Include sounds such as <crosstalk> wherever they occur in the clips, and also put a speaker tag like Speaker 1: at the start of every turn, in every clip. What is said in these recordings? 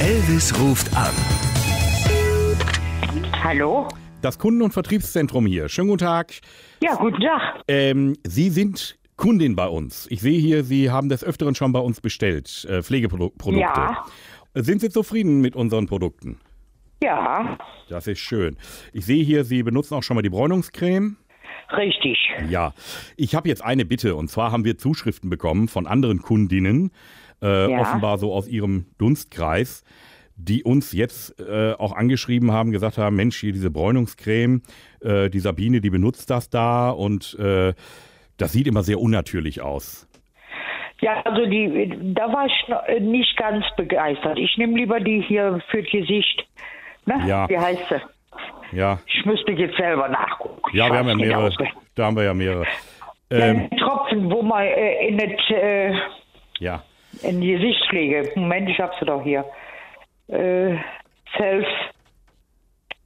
Speaker 1: Elvis ruft an.
Speaker 2: Hallo?
Speaker 3: Das Kunden- und Vertriebszentrum hier. Schönen guten Tag.
Speaker 2: Ja, guten Tag.
Speaker 3: Ähm, Sie sind Kundin bei uns. Ich sehe hier, Sie haben des Öfteren schon bei uns bestellt, äh, Pflegeprodukte.
Speaker 2: Ja.
Speaker 3: Sind Sie zufrieden mit unseren Produkten?
Speaker 2: Ja,
Speaker 3: Das ist schön. Ich sehe hier, Sie benutzen auch schon mal die Bräunungscreme.
Speaker 2: richtig.
Speaker 3: Ja, ich habe jetzt eine Bitte. Und zwar haben wir Zuschriften bekommen von anderen Kundinnen, äh,
Speaker 2: Ja.
Speaker 3: offenbar so aus ihrem Dunstkreis, die uns jetzt äh, auch angeschrieben haben, gesagt haben, Mensch, hier diese Bräunungscreme, äh, die Sabine, die benutzt das da und äh, das sieht immer sehr unnatürlich aus.
Speaker 2: Ja, also die, da war ich noch, äh, nicht ganz begeistert. Ich nehme lieber die hier für das Gesicht. Ne?
Speaker 3: Ja.
Speaker 2: Wie heißt sie?
Speaker 3: Ja,
Speaker 2: Ich müsste jetzt selber nachgucken.
Speaker 3: ja
Speaker 2: Ich
Speaker 3: wir haben
Speaker 2: weiß
Speaker 3: ja
Speaker 2: nicht
Speaker 3: mehrere. Ähm.
Speaker 2: auswendig.
Speaker 3: Da haben wir ja mehrere.
Speaker 2: Ein Tropfen, wo man äh, in, das, äh,
Speaker 3: Ja.
Speaker 2: in die Gesichtspflege. Moment, ich hab sie doch hier. Äh, Self.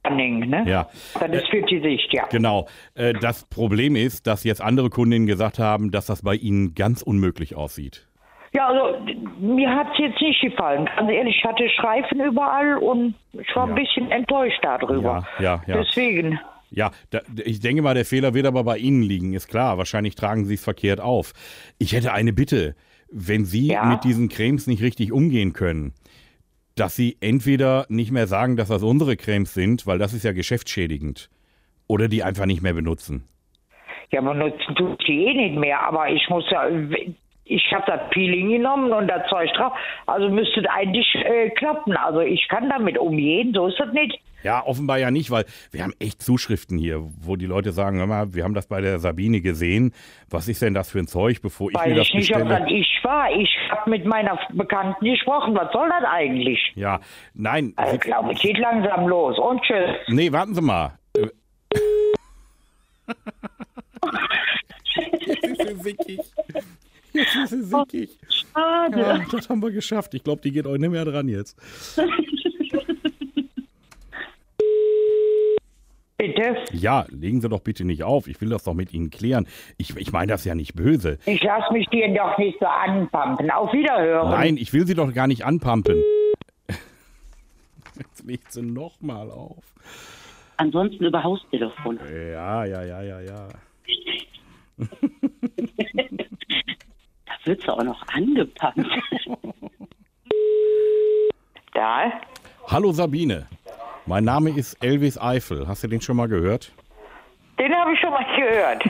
Speaker 2: Tanning, ne?
Speaker 3: Ja. Äh.
Speaker 2: Das ist für die Sicht, ja.
Speaker 3: Genau. Äh, das Problem ist, dass jetzt andere Kundinnen gesagt haben, dass das bei ihnen ganz unmöglich aussieht.
Speaker 2: Ja, also d- mir hat es jetzt nicht gefallen. Ganz ehrlich, ich hatte Streifen überall und ich war
Speaker 3: Ja.
Speaker 2: ein bisschen enttäuscht darüber.
Speaker 3: Ja, ja, ja.
Speaker 2: Deswegen,
Speaker 3: Ja, da, ich denke mal, der Fehler wird aber bei Ihnen liegen, ist klar. Wahrscheinlich tragen Sie es verkehrt auf. Ich hätte eine Bitte, wenn Sie
Speaker 2: Ja.
Speaker 3: mit diesen Cremes nicht richtig umgehen können, dass Sie entweder nicht mehr sagen, dass das unsere Cremes sind, weil das ist ja geschäftsschädigend, oder die einfach nicht mehr benutzen.
Speaker 2: ja, man nutzt tut die eh nicht mehr, aber ich muss ja, ich habe das Peeling genommen und das Zeug drauf, also müsste das eigentlich äh, klappen. Also ich kann damit umgehen, so ist das nicht.
Speaker 3: Ja, offenbar ja nicht, weil wir haben echt Zuschriften hier, wo die Leute sagen, hör mal, wir haben das bei der Sabine gesehen. Was ist denn das für ein Zeug, bevor ich mir
Speaker 2: Weiß
Speaker 3: das
Speaker 2: ich nicht, ob
Speaker 3: bestelle?
Speaker 2: das ich war. Ich habe mit meiner Bekannten gesprochen, was soll das eigentlich?
Speaker 3: ja, nein.
Speaker 2: Also,
Speaker 3: Sie-
Speaker 2: glaube ich, geht langsam los und tschüss.
Speaker 3: Nee, warten Sie mal. Äh. <laughs> Jetzt ist sie sickig. Jetzt ist sie sickig.
Speaker 2: Schade.
Speaker 3: Ja, das haben wir geschafft. Ich glaube, die geht euch nicht mehr dran jetzt.
Speaker 2: Bitte.
Speaker 3: Ja, legen Sie doch bitte nicht auf. Ich will das doch mit Ihnen klären. Ich, ich meine das ja nicht böse.
Speaker 2: Ich lasse mich dir doch nicht so anpumpen. Auf Wiederhören.
Speaker 3: Nein, ich will Sie doch gar nicht anpampen. <laughs> Jetzt legt sie nochmal auf.
Speaker 4: Ansonsten über Haustelefon.
Speaker 3: Ja, ja, ja, ja, ja.
Speaker 4: Da wird sie auch noch angepannt. <laughs>
Speaker 2: Da?
Speaker 3: Hallo Sabine. Mein Name ist Elvis Eifel. Hast du den schon mal gehört?
Speaker 2: Den habe ich schon mal gehört.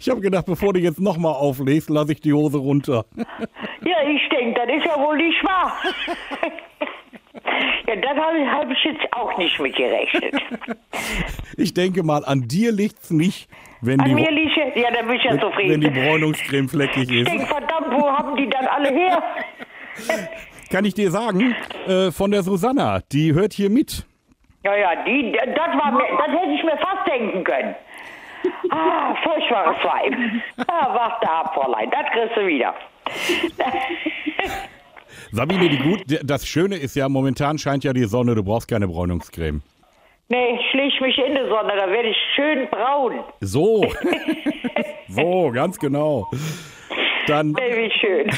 Speaker 3: Ich habe gedacht, bevor du jetzt nochmal auflegst, lasse ich die Hose runter.
Speaker 2: Ja, ich denke, das ist ja wohl nicht wahr. <laughs> Ja, das habe ich, hab ich jetzt auch nicht mitgerechnet.
Speaker 3: Ich denke mal, an dir liegt's nicht, wenn
Speaker 2: An
Speaker 3: die,
Speaker 2: mir liegt ja- ja, da bin ich ja
Speaker 3: wenn die
Speaker 2: zufrieden.
Speaker 3: Bräunungscreme fleckig
Speaker 2: Ich
Speaker 3: ist.
Speaker 2: denke, verdammt, wo haben die dann alle her?
Speaker 3: Kann ich dir sagen, äh, von der Susanna, die hört hier mit.
Speaker 2: Ja, ja, die, das, war mir, das hätte ich mir fast denken können. Ah, furchtbares Weib. Ah, warte ab, Fräulein, das kriegst du wieder.
Speaker 3: Sabine, die gut, d- das Schöne ist ja, momentan scheint ja die Sonne, du brauchst keine Bräunungscreme.
Speaker 2: Nee, ich schlich mich in die Sonne, da werde ich schön braun. <laughs>
Speaker 3: So. so, ganz genau. Dann,
Speaker 2: Ey, wie schön.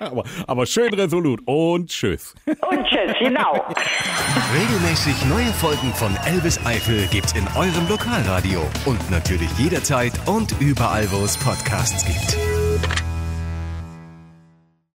Speaker 3: aber, aber schön resolut und tschüss.
Speaker 2: Und tschüss, genau.
Speaker 1: Regelmäßig neue Folgen von Elvis Eifel gibt's in eurem Lokalradio und natürlich jederzeit und überall, wo es Podcasts gibt.